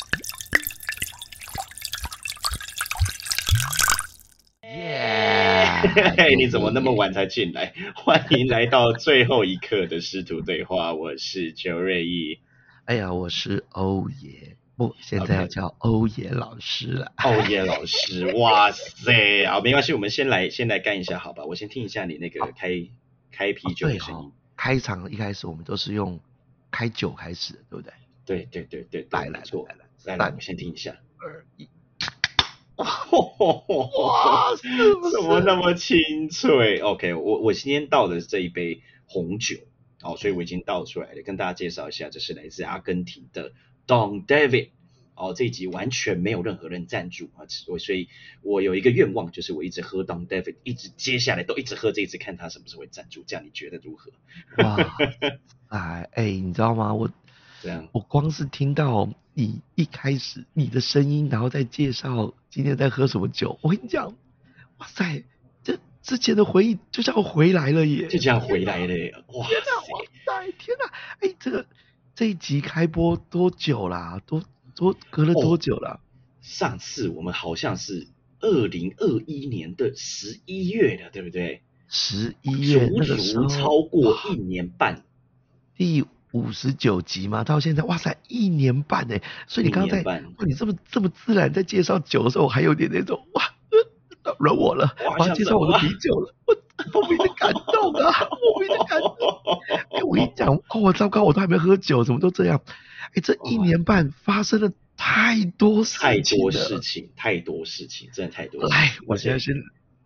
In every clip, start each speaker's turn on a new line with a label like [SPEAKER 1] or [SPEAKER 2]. [SPEAKER 1] 嘿
[SPEAKER 2] 哎
[SPEAKER 1] 嘿， 你怎么那么晚才进来？ 欢迎来到最后一刻的师徒对话，我是邱瑞义。
[SPEAKER 2] 哎呀，我是欧爷，不，现在要
[SPEAKER 1] OK
[SPEAKER 2] 叫欧爷老师了。
[SPEAKER 1] 哦耶，老师，哇塞，啊，没关系，我们先来先来干一下，好吧？我先听一下你那个开开啤酒的
[SPEAKER 2] 对
[SPEAKER 1] 声音
[SPEAKER 2] 哦。，开场一开始我们都是用开酒开始的，对不对？
[SPEAKER 1] 对对对对，对
[SPEAKER 2] 来
[SPEAKER 1] 没
[SPEAKER 2] 来
[SPEAKER 1] 错
[SPEAKER 2] 来来，
[SPEAKER 1] 来来，
[SPEAKER 2] 三
[SPEAKER 1] 我们先听一下。
[SPEAKER 2] 二 一，
[SPEAKER 1] 哇
[SPEAKER 2] 哇，是不是
[SPEAKER 1] 怎么那么清脆？OK，我我今天倒的这一杯红酒，哦，所以我已经倒出来了，跟大家介绍一下，这是来自阿根廷的 Don David。哦，这一集完全没有任何人赞助啊，所以所以我有一个愿望，就是我一直喝 Don David，一直接下来都一直喝这一次，看他什么时候会赞助，这样你觉得如何？
[SPEAKER 2] 哇，哎哎，你知道吗？我
[SPEAKER 1] 这样
[SPEAKER 2] 我光是听到你一开始你的声音，然后再介绍今天在喝什么酒，我跟你讲，哇塞，这之前的回忆就这样回来了耶！
[SPEAKER 1] 就这样回来了，哇
[SPEAKER 2] 天哪，哇
[SPEAKER 1] 塞！
[SPEAKER 2] 塞，天哪！哎，这个这一集开播多久啦？多多隔了多
[SPEAKER 1] 哦
[SPEAKER 2] 久啦？
[SPEAKER 1] 上次我们好像是二零二一年的十一月了，对不对？
[SPEAKER 2] 十一月
[SPEAKER 1] 足
[SPEAKER 2] 那个时
[SPEAKER 1] 足
[SPEAKER 2] 候
[SPEAKER 1] 哦超过一年半，
[SPEAKER 2] 第五十九集嘛，到现在哇塞，一年半哎！所以你
[SPEAKER 1] 一
[SPEAKER 2] 刚才
[SPEAKER 1] 年半
[SPEAKER 2] 哇，你这么这么自然在介绍酒的时候，我还有点那种哇， 呃惹我了，
[SPEAKER 1] 哇
[SPEAKER 2] 我要
[SPEAKER 1] 像
[SPEAKER 2] 介
[SPEAKER 1] 什
[SPEAKER 2] 绍我的
[SPEAKER 1] 么
[SPEAKER 2] 啤酒 了，我莫名的感动啊，莫名的感动。哎，我一讲，哦，我糟糕，我都还没喝酒，怎么都这样？哎，这一
[SPEAKER 1] 哇
[SPEAKER 2] 年半发生了太多事
[SPEAKER 1] 哦太
[SPEAKER 2] 情
[SPEAKER 1] 多
[SPEAKER 2] 了
[SPEAKER 1] 事情，太多事情，真的太多事
[SPEAKER 2] 来哎
[SPEAKER 1] 情。，
[SPEAKER 2] 我现在
[SPEAKER 1] 是
[SPEAKER 2] 先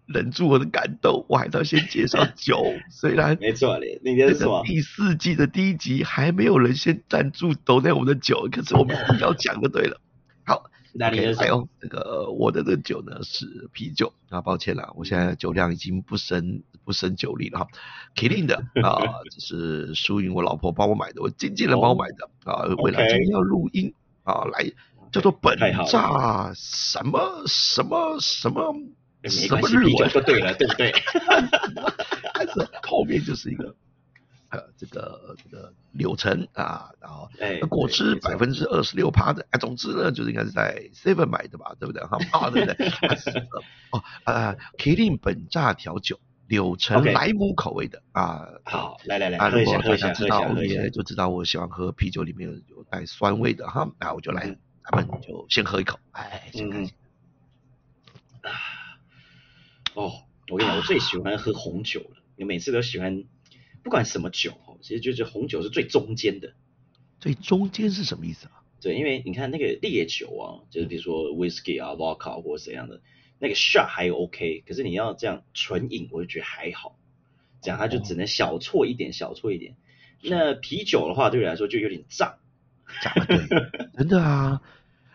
[SPEAKER 2] 忍住我的感动，我还是要先介绍 酒。虽然
[SPEAKER 1] 没错啊嘞，那
[SPEAKER 2] 这
[SPEAKER 1] 个是什
[SPEAKER 2] 个
[SPEAKER 1] 么？
[SPEAKER 2] 第四季的第一集还没有人先赞助抖内我们的酒，可是我们 要讲就对了。好，
[SPEAKER 1] 那你
[SPEAKER 2] OK，
[SPEAKER 1] 的
[SPEAKER 2] 来
[SPEAKER 1] 什么？
[SPEAKER 2] 哦，这个我的这个酒呢是啤酒啊，抱歉啦，我现在酒量已经不胜不胜酒力了哈。Killing 的啊，这是苏云我老婆帮我买的，我经纪人帮我买的、啊，为了
[SPEAKER 1] 哦 OK
[SPEAKER 2] 今天要录音啊，来叫做本
[SPEAKER 1] 太好了
[SPEAKER 2] 榨什么什么什么
[SPEAKER 1] 没
[SPEAKER 2] 什
[SPEAKER 1] 关
[SPEAKER 2] 么
[SPEAKER 1] 系，
[SPEAKER 2] 日
[SPEAKER 1] 啤酒
[SPEAKER 2] 文，
[SPEAKER 1] 就对了，对不对？
[SPEAKER 2] 但是后面就是一个呃这个这个柳橙啊，然后
[SPEAKER 1] 哎，
[SPEAKER 2] 果汁百分
[SPEAKER 1] 之
[SPEAKER 2] 之二十六趴的，哎，总之呢，就是应该是在 Seven 买的吧，对不对？哈，啊，对不 对？啊是的哦，啊 k i 本榨调酒，柳橙
[SPEAKER 1] OK
[SPEAKER 2] 莱姆口味的啊，
[SPEAKER 1] 好，来来来，
[SPEAKER 2] 啊，
[SPEAKER 1] 喝
[SPEAKER 2] 如
[SPEAKER 1] 一
[SPEAKER 2] 果大
[SPEAKER 1] 下，喝一下，
[SPEAKER 2] 家
[SPEAKER 1] 喝
[SPEAKER 2] 知
[SPEAKER 1] 一
[SPEAKER 2] 道
[SPEAKER 1] 下，喝一下。
[SPEAKER 2] 也就知道我喜欢喝啤酒，里面有有带酸味的哈，那我就来
[SPEAKER 1] 嗯，
[SPEAKER 2] 咱们就先喝一口，哎，先喝一
[SPEAKER 1] 嗯
[SPEAKER 2] 口。
[SPEAKER 1] 哦，我跟你讲，我最喜欢喝红酒了。我每次都喜欢，不管什么酒哦，其实就是红酒是最中间的。
[SPEAKER 2] 所以中间是什么意思啊？
[SPEAKER 1] 对，因为你看那个烈酒啊，就是比如说 whisky 啊、vodka 或者怎样的，那个 shot 还 OK，可是你要这样纯饮，我就觉得还好，这样它就只
[SPEAKER 2] 哦
[SPEAKER 1] 能小错一点，小错一点。那啤酒的话，对我来说就有点胀，
[SPEAKER 2] 讲的对，真的啊。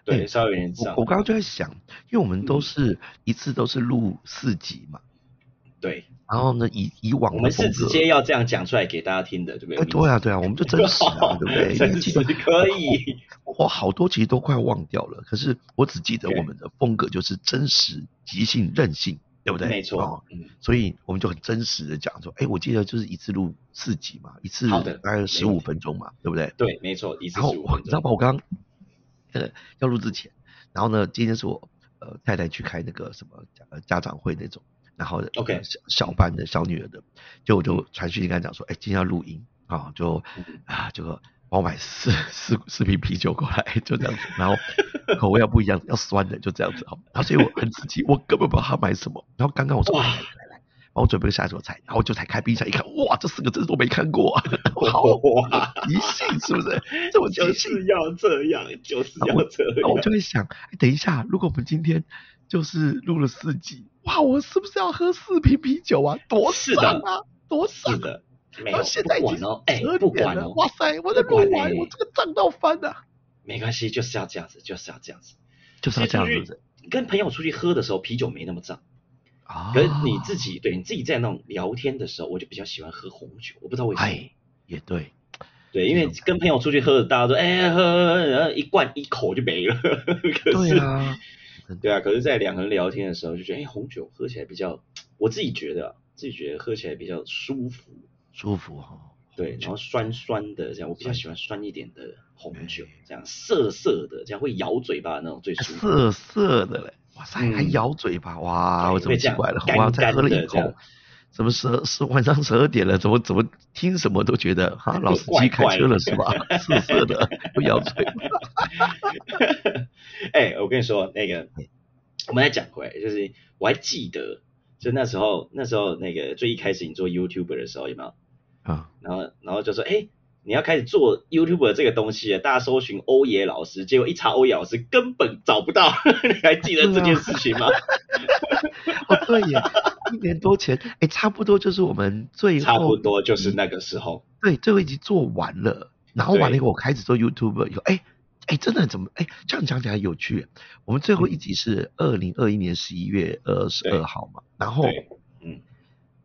[SPEAKER 1] 对，
[SPEAKER 2] 哎
[SPEAKER 1] 稍微有点
[SPEAKER 2] 我
[SPEAKER 1] 胀
[SPEAKER 2] 我，刚刚就在想，因为我们都
[SPEAKER 1] 嗯
[SPEAKER 2] 是一次都是录四集嘛，
[SPEAKER 1] 对，
[SPEAKER 2] 然后呢，以以往
[SPEAKER 1] 我
[SPEAKER 2] 的
[SPEAKER 1] 们是
[SPEAKER 2] 风
[SPEAKER 1] 直
[SPEAKER 2] 格
[SPEAKER 1] 接要这样讲出来给大家听的，对不
[SPEAKER 2] 哎，
[SPEAKER 1] 对？
[SPEAKER 2] 对啊，对啊，我们就真实啊，对不对？因为哦
[SPEAKER 1] 真
[SPEAKER 2] 记
[SPEAKER 1] 实
[SPEAKER 2] 得
[SPEAKER 1] 可以，
[SPEAKER 2] 我好多其实都快忘掉了，可是我只记得
[SPEAKER 1] OK
[SPEAKER 2] 我们的风格就是真实、即兴、任性，对不对？
[SPEAKER 1] 没
[SPEAKER 2] 哦
[SPEAKER 1] 错，嗯，
[SPEAKER 2] 所以我们就很真实的讲说，哎，我记得就是一次录四集嘛，一次
[SPEAKER 1] 好的
[SPEAKER 2] 大概十
[SPEAKER 1] 没
[SPEAKER 2] 五
[SPEAKER 1] 问题
[SPEAKER 2] 分钟嘛，对不对？
[SPEAKER 1] 对，没错，一次
[SPEAKER 2] 然后
[SPEAKER 1] 十五
[SPEAKER 2] 我
[SPEAKER 1] 分
[SPEAKER 2] 你知道
[SPEAKER 1] 钟，
[SPEAKER 2] 吗？我刚刚呃要录之前，然后呢，今天是我呃太太去开那个什么家呃家长会那种，然后
[SPEAKER 1] OK
[SPEAKER 2] 呃小小班的小女儿的，就我就传讯息跟她讲说，哎，今天要录音啊，就
[SPEAKER 1] 嗯
[SPEAKER 2] 啊就帮我买四四四瓶啤酒过来，就这样子，然后口味要不一样，要酸的，就这样子好。然后所以我很刺激，我根本不知道她买什么。然后刚刚我说
[SPEAKER 1] 哇
[SPEAKER 2] 来来来来，然后我准备下一桌菜，然后我就才开冰箱一看，哇，这四个字都没看过啊，好
[SPEAKER 1] 哇，
[SPEAKER 2] 即兴是不是？这么即
[SPEAKER 1] 就
[SPEAKER 2] 兴
[SPEAKER 1] 是。要这样，就是要这
[SPEAKER 2] 那我
[SPEAKER 1] 样。
[SPEAKER 2] 就会想，哎等一下，如果我们今天就是录了四集，哇，我是不是要喝四瓶啤酒啊？多
[SPEAKER 1] 是
[SPEAKER 2] 爽
[SPEAKER 1] 的
[SPEAKER 2] 啊，多爽啊！
[SPEAKER 1] 是 的，没
[SPEAKER 2] 然后
[SPEAKER 1] 有，
[SPEAKER 2] 现在已
[SPEAKER 1] 不
[SPEAKER 2] 经
[SPEAKER 1] 管
[SPEAKER 2] 十
[SPEAKER 1] 哦，哎、
[SPEAKER 2] 二
[SPEAKER 1] 不
[SPEAKER 2] 点
[SPEAKER 1] 管
[SPEAKER 2] 了，
[SPEAKER 1] 哦，
[SPEAKER 2] 哇塞，我的
[SPEAKER 1] 不
[SPEAKER 2] 录
[SPEAKER 1] 管
[SPEAKER 2] 完，
[SPEAKER 1] 欸
[SPEAKER 2] 我这个胀到翻啊！
[SPEAKER 1] 没关系，就是要这样子，就是要这样子。
[SPEAKER 2] 就是要这样，
[SPEAKER 1] 因
[SPEAKER 2] 是不
[SPEAKER 1] 为
[SPEAKER 2] 是？
[SPEAKER 1] 跟朋友出去喝的时候，啤酒没那么胀，
[SPEAKER 2] 啊
[SPEAKER 1] 可是你自己、对你自己在那种聊天的时候，我就比较喜欢喝红酒，我不知道为什么。
[SPEAKER 2] 哎，也对，
[SPEAKER 1] 对，因为跟朋友出去喝的，大家都哎、喝喝，喝然后一罐一口就没了。 可是
[SPEAKER 2] 对啊，
[SPEAKER 1] 对啊，可是，在两个人聊天的时候，就觉得哎、红酒喝起来比较，我自己觉得、啊，自己觉得喝起来比较舒服。
[SPEAKER 2] 舒服哈、哦。
[SPEAKER 1] 对，然后酸酸的这样，我比较喜欢酸一点的
[SPEAKER 2] 哎
[SPEAKER 1] 红酒，这样涩涩的，这样会咬嘴巴的那种最舒服。
[SPEAKER 2] 涩涩的嘞，哇塞，
[SPEAKER 1] 嗯
[SPEAKER 2] 还咬嘴巴，哇，
[SPEAKER 1] 对
[SPEAKER 2] 我怎么
[SPEAKER 1] 会这
[SPEAKER 2] 奇
[SPEAKER 1] 样
[SPEAKER 2] 怪了？
[SPEAKER 1] 干
[SPEAKER 2] 哇，才
[SPEAKER 1] 干
[SPEAKER 2] 喝了
[SPEAKER 1] 的
[SPEAKER 2] 一
[SPEAKER 1] 这样
[SPEAKER 2] 口，怎么十十晚上十二点了？怎么怎么听什么都觉得 哈，老司
[SPEAKER 1] 怪
[SPEAKER 2] 机开
[SPEAKER 1] 怪
[SPEAKER 2] 车
[SPEAKER 1] 的
[SPEAKER 2] 了是 吧？涩涩的，会咬嘴巴。
[SPEAKER 1] 哎、我跟你说，那个
[SPEAKER 2] 哎
[SPEAKER 1] 我们再讲回来，就是我还记得，就那时候那时候那个最一开始你做 YouTuber 的时候有没有？
[SPEAKER 2] 啊，
[SPEAKER 1] 然后然后就说，哎、你要开始做 YouTuber 这个东西了，大家搜寻欧野老师，结果一查欧野老师根本找不到， 你还记得这件事情吗？
[SPEAKER 2] 啊哦对呀，一年多前，哎，差不多就是我们最后
[SPEAKER 1] 差不多就是那个时候，
[SPEAKER 2] 对，最后一集做完了，然后完了
[SPEAKER 1] 对
[SPEAKER 2] 以后我开始做 YouTube 以后，哎哎，真的怎么哎这样讲起来有趣。我们最后一集是二零二一年十一月二十二
[SPEAKER 1] 嗯对
[SPEAKER 2] 号嘛，然后
[SPEAKER 1] 对，嗯，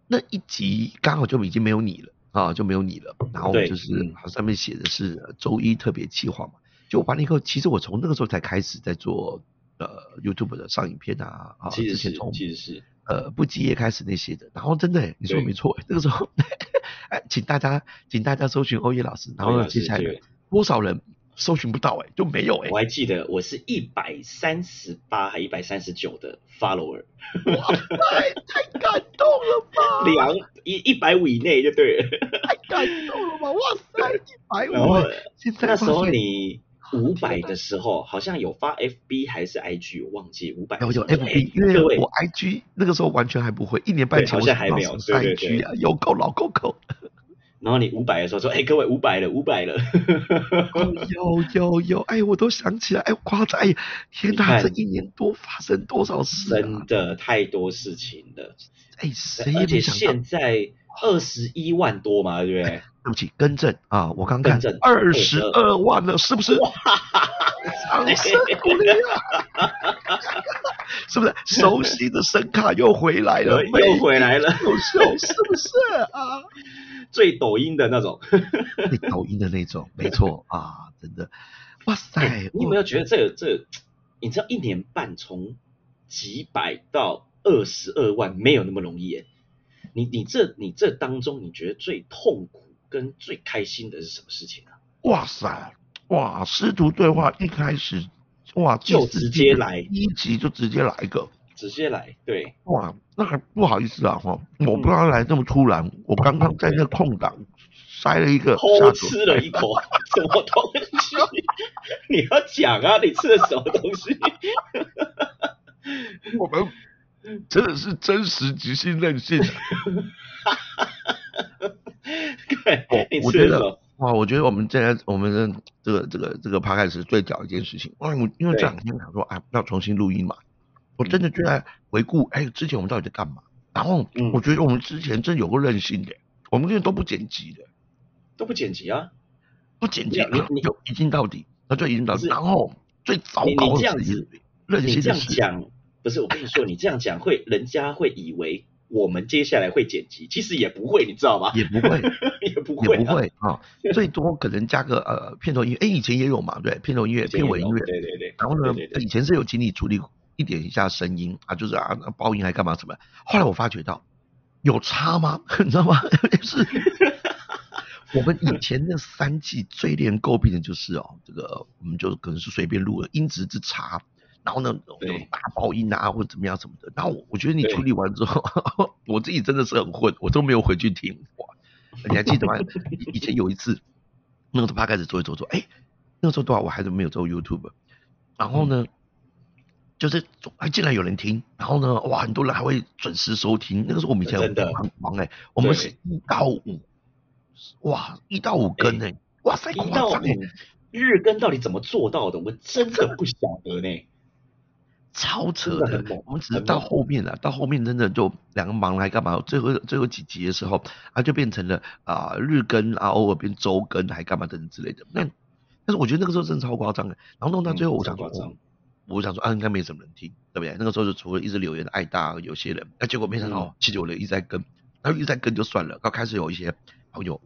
[SPEAKER 2] 那一集刚好就已经没有你了啊，就没有你了。然后我
[SPEAKER 1] 对
[SPEAKER 2] 就是
[SPEAKER 1] 嗯
[SPEAKER 2] 好上面写的是呃周一特别企划嘛，就完了以后，其实我从那个时候才开始在做呃 YouTube 的上影片啊啊，
[SPEAKER 1] 其
[SPEAKER 2] 之
[SPEAKER 1] 实
[SPEAKER 2] 前
[SPEAKER 1] 是
[SPEAKER 2] 从
[SPEAKER 1] 其实是
[SPEAKER 2] 呃不积业开始那些的，然后真的欸你说
[SPEAKER 1] 对
[SPEAKER 2] 没错欸，那个时候， 哎，请大家请大家搜寻欧耶老师，然后
[SPEAKER 1] 欧
[SPEAKER 2] 呢
[SPEAKER 1] 耶老
[SPEAKER 2] 接
[SPEAKER 1] 师
[SPEAKER 2] 下来呢
[SPEAKER 1] 对
[SPEAKER 2] 多少人搜寻不到哎、就没有哎、
[SPEAKER 1] 我还记得我是一百三十八还一百三十九的 follower，
[SPEAKER 2] 哇塞，太感动了吧，
[SPEAKER 1] 两一一百五以内就对 了。
[SPEAKER 2] 太感动了吧，哇塞，一百
[SPEAKER 1] 然后
[SPEAKER 2] 五，哎现在
[SPEAKER 1] 那时
[SPEAKER 2] 哇
[SPEAKER 1] 候
[SPEAKER 2] 塞
[SPEAKER 1] 你五百的时候，好像有发 FB 还是 IG，我忘记五百。
[SPEAKER 2] 哎，我有
[SPEAKER 1] 哎
[SPEAKER 2] FB，因为
[SPEAKER 1] 各位
[SPEAKER 2] 我 IG 那个时候完全还不会，一年半
[SPEAKER 1] 对
[SPEAKER 2] 前
[SPEAKER 1] 好
[SPEAKER 2] 我
[SPEAKER 1] 像
[SPEAKER 2] 是
[SPEAKER 1] 还
[SPEAKER 2] 老
[SPEAKER 1] 没
[SPEAKER 2] 师
[SPEAKER 1] 有对对
[SPEAKER 2] IG 啊，有够老够 够，
[SPEAKER 1] 然后你五百的时候说，哎，各位五百了，五百 了。
[SPEAKER 2] 哎有有有，哎，我都想起来，哎，夸张，哎，天
[SPEAKER 1] 你
[SPEAKER 2] 哪，
[SPEAKER 1] 看
[SPEAKER 2] 这一年多发生多少事啊
[SPEAKER 1] 真！的太多事情了，
[SPEAKER 2] 哎，谁也
[SPEAKER 1] 而且
[SPEAKER 2] 没想到，
[SPEAKER 1] 现在二十一万多嘛，对不对？
[SPEAKER 2] 对不起，更正啊，我刚看
[SPEAKER 1] 更正
[SPEAKER 2] 二十二万了，是不 是？掌声鼓励啊！是不是熟悉的声卡又回来 了？
[SPEAKER 1] 又又回 来了，
[SPEAKER 2] 有秀是不是啊？
[SPEAKER 1] 最抖音的那种。
[SPEAKER 2] 被抖音的那种，没错啊，真的，哇塞！
[SPEAKER 1] 哎你有没有觉得这个这个，你知道一年半从几百到二十二万没有那么容易耶？你你这你这当中，你觉得最痛苦跟最开心的是什么事情啊？
[SPEAKER 2] 我哇塞，哇，师徒对话一开始，哇，第
[SPEAKER 1] 就
[SPEAKER 2] 四
[SPEAKER 1] 直
[SPEAKER 2] 季
[SPEAKER 1] 接
[SPEAKER 2] 的
[SPEAKER 1] 来
[SPEAKER 2] 第一集就直接来一个，
[SPEAKER 1] 直接来，对，
[SPEAKER 2] 哇，那还不好意思啊哈，
[SPEAKER 1] 嗯
[SPEAKER 2] 我不知道来这么突然，我刚刚在那空档塞了一个
[SPEAKER 1] 偷
[SPEAKER 2] 下
[SPEAKER 1] 吃了一口什么东西？你要讲啊，你吃的什么东西？
[SPEAKER 2] 酒，我们真的是真实即兴任性啊，
[SPEAKER 1] 对，你
[SPEAKER 2] 我
[SPEAKER 1] 吃
[SPEAKER 2] 觉
[SPEAKER 1] 的
[SPEAKER 2] 得
[SPEAKER 1] 什么？
[SPEAKER 2] 哇，我觉得我们现在我们的这个这个这个 p o d 是最屌的一件事情。哇，我因为这
[SPEAKER 1] 对
[SPEAKER 2] 两天想说啊，要重新录音嘛，我真的就在回顾，哎，之前我们到底在干嘛？然后
[SPEAKER 1] 嗯
[SPEAKER 2] 我觉得我们之前真有过任性的，我们之前都不剪辑的，
[SPEAKER 1] 都不剪辑啊？
[SPEAKER 2] 不剪辑，
[SPEAKER 1] 对啊你
[SPEAKER 2] 然后
[SPEAKER 1] 你
[SPEAKER 2] 就一镜到底，那就一镜到
[SPEAKER 1] 不
[SPEAKER 2] 底。
[SPEAKER 1] 是
[SPEAKER 2] 然后最糟
[SPEAKER 1] 你
[SPEAKER 2] 糕
[SPEAKER 1] 你这样
[SPEAKER 2] 的是
[SPEAKER 1] 子
[SPEAKER 2] 任
[SPEAKER 1] 你
[SPEAKER 2] 性
[SPEAKER 1] 这
[SPEAKER 2] 的
[SPEAKER 1] 样
[SPEAKER 2] 是，
[SPEAKER 1] 讲不是我跟你说，你这样讲会人家会以为我们接下来会剪辑，其实也不会，你知道吗？
[SPEAKER 2] 也不会
[SPEAKER 1] 也不会、
[SPEAKER 2] 也
[SPEAKER 1] 啊，
[SPEAKER 2] 不会啊，最多可能加个呃片头音乐，哎，以前也有嘛，对，片头音乐、
[SPEAKER 1] 以前
[SPEAKER 2] 片
[SPEAKER 1] 也有，
[SPEAKER 2] 尾音乐，
[SPEAKER 1] 对对对，
[SPEAKER 2] 然后呢，
[SPEAKER 1] 对对对
[SPEAKER 2] 以前是有请你处理一点一下声音啊，就是啊那爆音还干嘛什么？后来我发觉到有差吗？ 你知道吗？是我们以前那三季最令人诟病的就是哦，这个我们就可能是随便录了，音质之差。然后呢，有
[SPEAKER 1] 对
[SPEAKER 2] 大爆音啊，或者怎么样什么的。然后我我觉得你
[SPEAKER 1] 对
[SPEAKER 2] 处理完之后， 我自己真的是很混，我都没有回去听。哇，你还记得吗？以以前有一次，那个时候他开始做一做做，哎，那个时候多少我还是没有做 YouTube，然后
[SPEAKER 1] 嗯
[SPEAKER 2] 呢，就是还竟然有人听，然后呢，哇，很多人还会准时收听。那个时候我们以前
[SPEAKER 1] 真的
[SPEAKER 2] 很忙哎、我们
[SPEAKER 1] 对
[SPEAKER 2] 是一到五，哇，一到五更哎、哇塞，
[SPEAKER 1] 一
[SPEAKER 2] 夸
[SPEAKER 1] 到
[SPEAKER 2] 张哎，
[SPEAKER 1] 五日更到底怎么做到的？我真的不晓 得呢。
[SPEAKER 2] 超扯
[SPEAKER 1] 真的很猛
[SPEAKER 2] 我们只是
[SPEAKER 1] 很
[SPEAKER 2] 到
[SPEAKER 1] 猛嗯
[SPEAKER 2] 后面啊，到后面真的就两个忙来干嘛？最后最后几集的时候，啊，就变成了啊、日更啊，偶尔变周更还干嘛等等之类的。那但是我觉得那个时候真的超夸张的。然后弄到最后，
[SPEAKER 1] 嗯
[SPEAKER 2] 我想
[SPEAKER 1] 超
[SPEAKER 2] 说，
[SPEAKER 1] 夸张
[SPEAKER 2] 我想说啊，应该没什么人听，对不对？那个时候就除了一直留言的爱大有些人，啊那、结果没想到
[SPEAKER 1] 嗯
[SPEAKER 2] 七九人一直在跟，然后一直在跟就算了，然后开始有一些朋友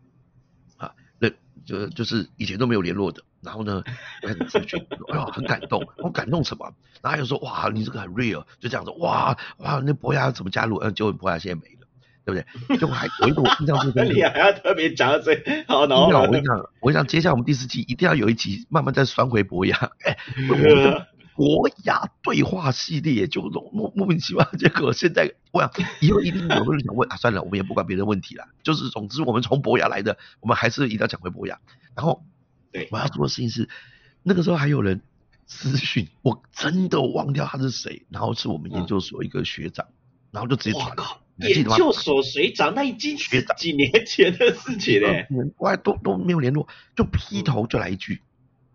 [SPEAKER 2] 啊，那就就是以前都没有联络的，然后呢就开始咨询，哎呦很感动，我感动什么？然呃后又说哇你这个很 real，就这样子哇哇那博雅怎么加入？嗯，结果博雅现在没了。对不对？就我还有一个我印象最
[SPEAKER 1] 那
[SPEAKER 2] 深
[SPEAKER 1] 你
[SPEAKER 2] 刻。
[SPEAKER 1] 还要特别讲到这个，哎好，然后
[SPEAKER 2] 没有，我
[SPEAKER 1] 呢
[SPEAKER 2] 跟你讲，我跟你讲，接下来我们第四季一定要有一集慢慢再酸回博雅，哎，
[SPEAKER 1] 呃
[SPEAKER 2] 博雅对话系列就莫莫莫名其妙，结果现在我想以后一定有人想问啊，算了，我们也不管别人问题了， 就是总之我们从博雅来的，我们还是一定要讲回博雅。然后
[SPEAKER 1] 对
[SPEAKER 2] 我要做的事情是，那个时候还有人私讯，我真的忘掉他是谁，然后是我们研究所一个学长，然后就直接
[SPEAKER 1] 我
[SPEAKER 2] 传，
[SPEAKER 1] 靠，
[SPEAKER 2] 你还记
[SPEAKER 1] 研
[SPEAKER 2] 得吗
[SPEAKER 1] 究所水长那已经
[SPEAKER 2] 学
[SPEAKER 1] 十
[SPEAKER 2] 长
[SPEAKER 1] 几年前的事情嘞，
[SPEAKER 2] 嗯我还都都没有联络，就劈头就来一句。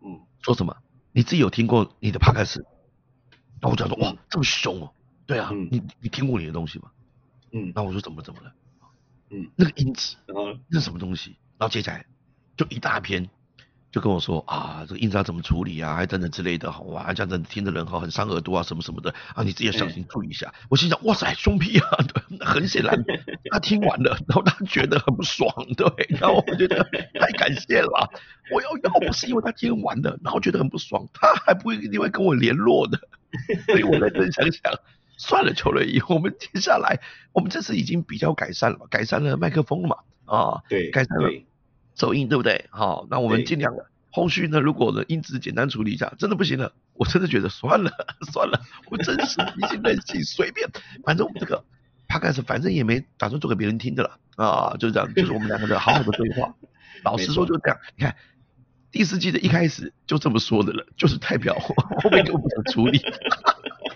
[SPEAKER 1] 嗯，
[SPEAKER 2] 说什么？你自己有听过你的 podcast？然后我讲说，哇
[SPEAKER 1] 嗯，
[SPEAKER 2] 这么凶哦！对啊，
[SPEAKER 1] 嗯
[SPEAKER 2] 你你听过你的东西吗？
[SPEAKER 1] 嗯，
[SPEAKER 2] 然后我说怎么怎么了？
[SPEAKER 1] 嗯，
[SPEAKER 2] 那个音质，
[SPEAKER 1] 然后
[SPEAKER 2] 那是什么东西？然后接下来就一大篇，就跟我说啊，这个音质要怎么处理啊，还等等之类的，好哇，这样子听的人哈很伤耳朵啊，什么什么的啊，你自己要小心注意一下。我心想，哇塞，凶屁啊！ 对，那很显然他听完了，然后他觉得很不爽，对，然后我觉得太感谢了啊，我要要不是因为他听完了，然后觉得很不爽，他还不一定会跟我联络的。所以我认真想想，算了，邱瑞怡，我们接下来我们这次已经比较改善了嘛，改善了麦克风了嘛，啊，
[SPEAKER 1] 对
[SPEAKER 2] 改善了
[SPEAKER 1] 对，
[SPEAKER 2] 走音对不对？好，那我们
[SPEAKER 1] 对
[SPEAKER 2] 尽量了。后续呢，如果呢音质简单处理一下，真的不行了，我真的觉得算了 算了，我真是已经任性，随便，反正我们这个 p 开始，反正也没打算做给别人听的了啊，就这 样，就是我们两个的好好的对话。老实说就这样，你看。第四季的一开始就这么说的了，就是代表我 后面根本不想处理。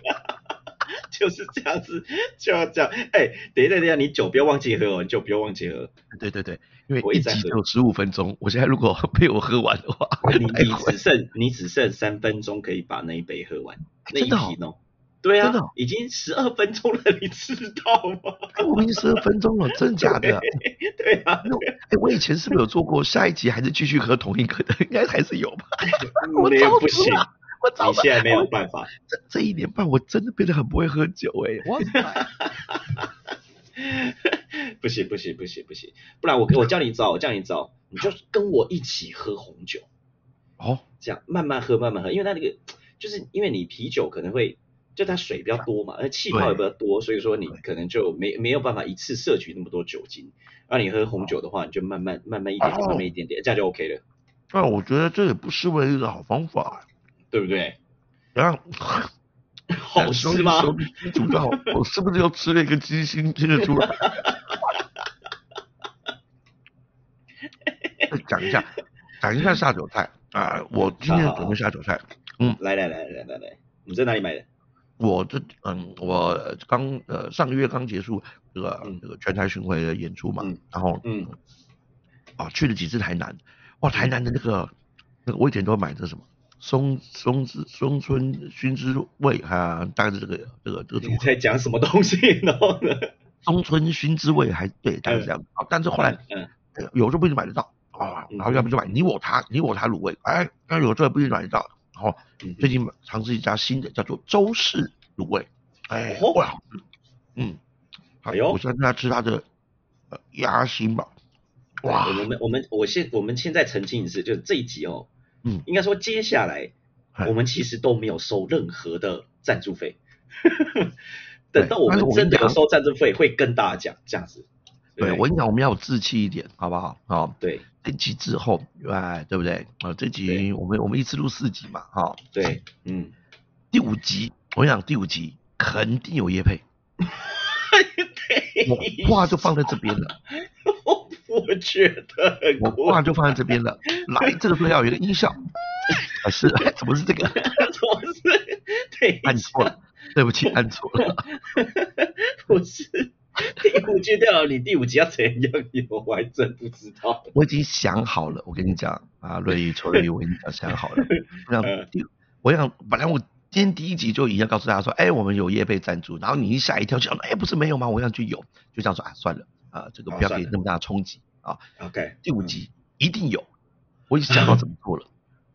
[SPEAKER 1] 就是这样子，就要这样。哎，等一下，等一下，你酒不要忘记喝哦，你酒不要忘记喝。
[SPEAKER 2] 对对对，因为
[SPEAKER 1] 我
[SPEAKER 2] 一
[SPEAKER 1] 一直在
[SPEAKER 2] 集
[SPEAKER 1] 喝
[SPEAKER 2] 只有十五分钟，我现在如果被我喝完的话，
[SPEAKER 1] 你你
[SPEAKER 2] 太亏
[SPEAKER 1] 只剩你只剩三分钟可以把那一杯喝完，那一
[SPEAKER 2] 真的哦
[SPEAKER 1] 瓶哦。对啊
[SPEAKER 2] 真的哦，
[SPEAKER 1] 已经十二分钟了，你知道吗？
[SPEAKER 2] 哎我已经十二分钟了，真的假的？
[SPEAKER 1] 对啊，
[SPEAKER 2] 那我哎、我以前是不是有做过下一集还是继续喝同一个的？应该还是有吧？ 我
[SPEAKER 1] 那
[SPEAKER 2] 早
[SPEAKER 1] 嗯不
[SPEAKER 2] 知
[SPEAKER 1] 行，
[SPEAKER 2] 道我早
[SPEAKER 1] 你
[SPEAKER 2] 知
[SPEAKER 1] 现在没有
[SPEAKER 2] 我
[SPEAKER 1] 办法。
[SPEAKER 2] 这这一年半我真的变得很不会喝酒哎、哇 塞！
[SPEAKER 1] 不行不行不行不行，不然我我教你招，我教你招，你就跟我一起喝红酒，
[SPEAKER 2] 哦，
[SPEAKER 1] 这样慢慢喝慢慢喝，因为它那个就是因为你啤酒可能会就它水比较多嘛，而气泡也比较多，所以说你可能就没没有办法一次摄取那么多酒精。而你喝红酒的话，你就慢慢慢慢一点点，
[SPEAKER 2] 哦
[SPEAKER 1] 慢慢一点点，这样就 OK 了，
[SPEAKER 2] 那我觉得这也不失为一个好方法、
[SPEAKER 1] 对不对？
[SPEAKER 2] 然后
[SPEAKER 1] 好吃吗？
[SPEAKER 2] 手里手里煮的好，我是不是又吃了一个鸡心，听得出来？ 讲一下，讲一下下酒菜啊、我今天准备下酒菜，
[SPEAKER 1] 来来来来来来，你在哪里买的？
[SPEAKER 2] 我这嗯，我刚呃上个月刚结束这个、
[SPEAKER 1] 嗯
[SPEAKER 2] 这个全台巡回的演出嘛，
[SPEAKER 1] 嗯
[SPEAKER 2] 然后
[SPEAKER 1] 嗯
[SPEAKER 2] 啊去了几次台南，哇，台南的那个那个我以前都买的什么松松枝松村熏之味啊，大概是这个这个这个组
[SPEAKER 1] 你
[SPEAKER 2] 合，
[SPEAKER 1] 在讲什么东西？然后呢？
[SPEAKER 2] 松村熏之味还对，大概是这样、啊，但是后来
[SPEAKER 1] 嗯，
[SPEAKER 2] 呃有时候不一定买得到啊，
[SPEAKER 1] 嗯
[SPEAKER 2] 然后要不就买你我他你我他卤味，哎，那有时候也不一定买得到，然后
[SPEAKER 1] 嗯
[SPEAKER 2] 最近尝试一家新的叫做周氏卤味，哎，
[SPEAKER 1] 哦
[SPEAKER 2] 哇，好吃嗯，好
[SPEAKER 1] 哎呦
[SPEAKER 2] 我现在在吃它的呃鸭心吧，哇
[SPEAKER 1] 我，们我们我现我们现在澄清一次，就是这一集哦，
[SPEAKER 2] 嗯
[SPEAKER 1] 应该说接下来
[SPEAKER 2] 哎
[SPEAKER 1] 我们其实都没有收任何的赞助费，
[SPEAKER 2] 对
[SPEAKER 1] 等到我
[SPEAKER 2] 但是
[SPEAKER 1] 们
[SPEAKER 2] 我跟你
[SPEAKER 1] 真的有
[SPEAKER 2] 讲
[SPEAKER 1] 收赞助费，会跟大家讲这样子。
[SPEAKER 2] 对
[SPEAKER 1] 不
[SPEAKER 2] 我跟你讲，我们要有志气一点，好不好？啊，
[SPEAKER 1] 对
[SPEAKER 2] 这集之后，哎，对不对？啊，这集
[SPEAKER 1] 对
[SPEAKER 2] 我们我们一次录四集嘛，哈，
[SPEAKER 1] 对，嗯，
[SPEAKER 2] 第五集，我跟你讲，第五集肯定有叶 配，我话就放在这边了。
[SPEAKER 1] 我我觉得很
[SPEAKER 2] 我
[SPEAKER 1] 酷
[SPEAKER 2] 话，就放在这边了。来，这个时候要有一个音效， 啊是，怎么是这个？
[SPEAKER 1] 总是对
[SPEAKER 2] 按错了，对不起，按错了。
[SPEAKER 1] 不是第五集掉了，你第五集要怎样有，我还真不知道。
[SPEAKER 2] 我已经想好了，我跟你讲啊，瑞宇、邱瑞宇，我已经想想好了。 我想
[SPEAKER 1] 嗯
[SPEAKER 2] 第，我想本来我今天第一集就已经要告诉大家说，哎，我们有业配赞助，然后你一吓一跳，想，哎，不是没有吗？我想就有，就这样说啊，算了啊，这个
[SPEAKER 1] 啊
[SPEAKER 2] 不要
[SPEAKER 1] 算
[SPEAKER 2] 给
[SPEAKER 1] 了
[SPEAKER 2] 那么大的冲击啊。
[SPEAKER 1] OK，
[SPEAKER 2] 第五集一定有，我已经想到怎么做了。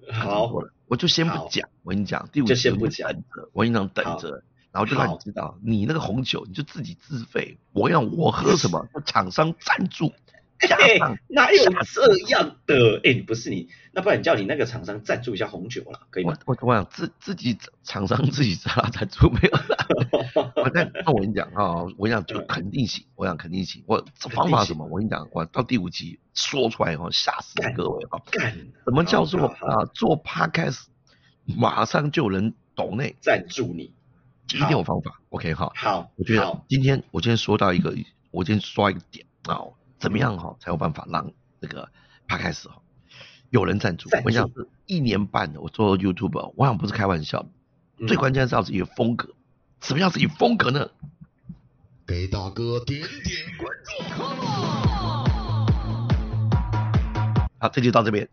[SPEAKER 1] 嗯 好，，
[SPEAKER 2] 我就先不
[SPEAKER 1] 好
[SPEAKER 2] 讲。我跟你讲，第五
[SPEAKER 1] 就
[SPEAKER 2] 集
[SPEAKER 1] 先
[SPEAKER 2] 我
[SPEAKER 1] 不
[SPEAKER 2] 们
[SPEAKER 1] 讲
[SPEAKER 2] 等着，我跟你讲等
[SPEAKER 1] 好
[SPEAKER 2] 着，然后就让你
[SPEAKER 1] 好
[SPEAKER 2] 知道，你那个红酒你就自己自费，我要我喝什么，就厂商赞助。加
[SPEAKER 1] 哎、
[SPEAKER 2] 上
[SPEAKER 1] 哪有
[SPEAKER 2] 下
[SPEAKER 1] 这样的？哎、不是你，那不然你叫你那个厂商赞助一下红酒啦，可以
[SPEAKER 2] 我
[SPEAKER 1] 吗？
[SPEAKER 2] 我我想自自己厂商自己砸赞助没有啦 我但但我跟你讲啊，我跟你讲就肯定行，我想肯定行。我这
[SPEAKER 1] 肯定
[SPEAKER 2] 方法
[SPEAKER 1] 行
[SPEAKER 2] 是什么？我跟你讲，我到第五集说出来哦，吓死
[SPEAKER 1] 干
[SPEAKER 2] 各位啊！
[SPEAKER 1] 干，
[SPEAKER 2] 什么叫做
[SPEAKER 1] 好好好
[SPEAKER 2] 啊做 podcast 马上就有人懂内？
[SPEAKER 1] 赞助你？
[SPEAKER 2] 一定有方法。OK 哈，
[SPEAKER 1] 好，
[SPEAKER 2] 我觉得
[SPEAKER 1] 好，
[SPEAKER 2] 今天我今天说到一个，我今天说到一个点啊、怎么样哈、才有办法让那个 podcast 哈、有人赞助
[SPEAKER 1] 赞？助
[SPEAKER 2] 我想是一年半的，我做 YouTube，哦我想不是开玩笑的，
[SPEAKER 1] 嗯
[SPEAKER 2] 最关键是要自己的风格。什么样自己风格呢？
[SPEAKER 3] 给大哥点点关注。
[SPEAKER 2] 好，这就到这边。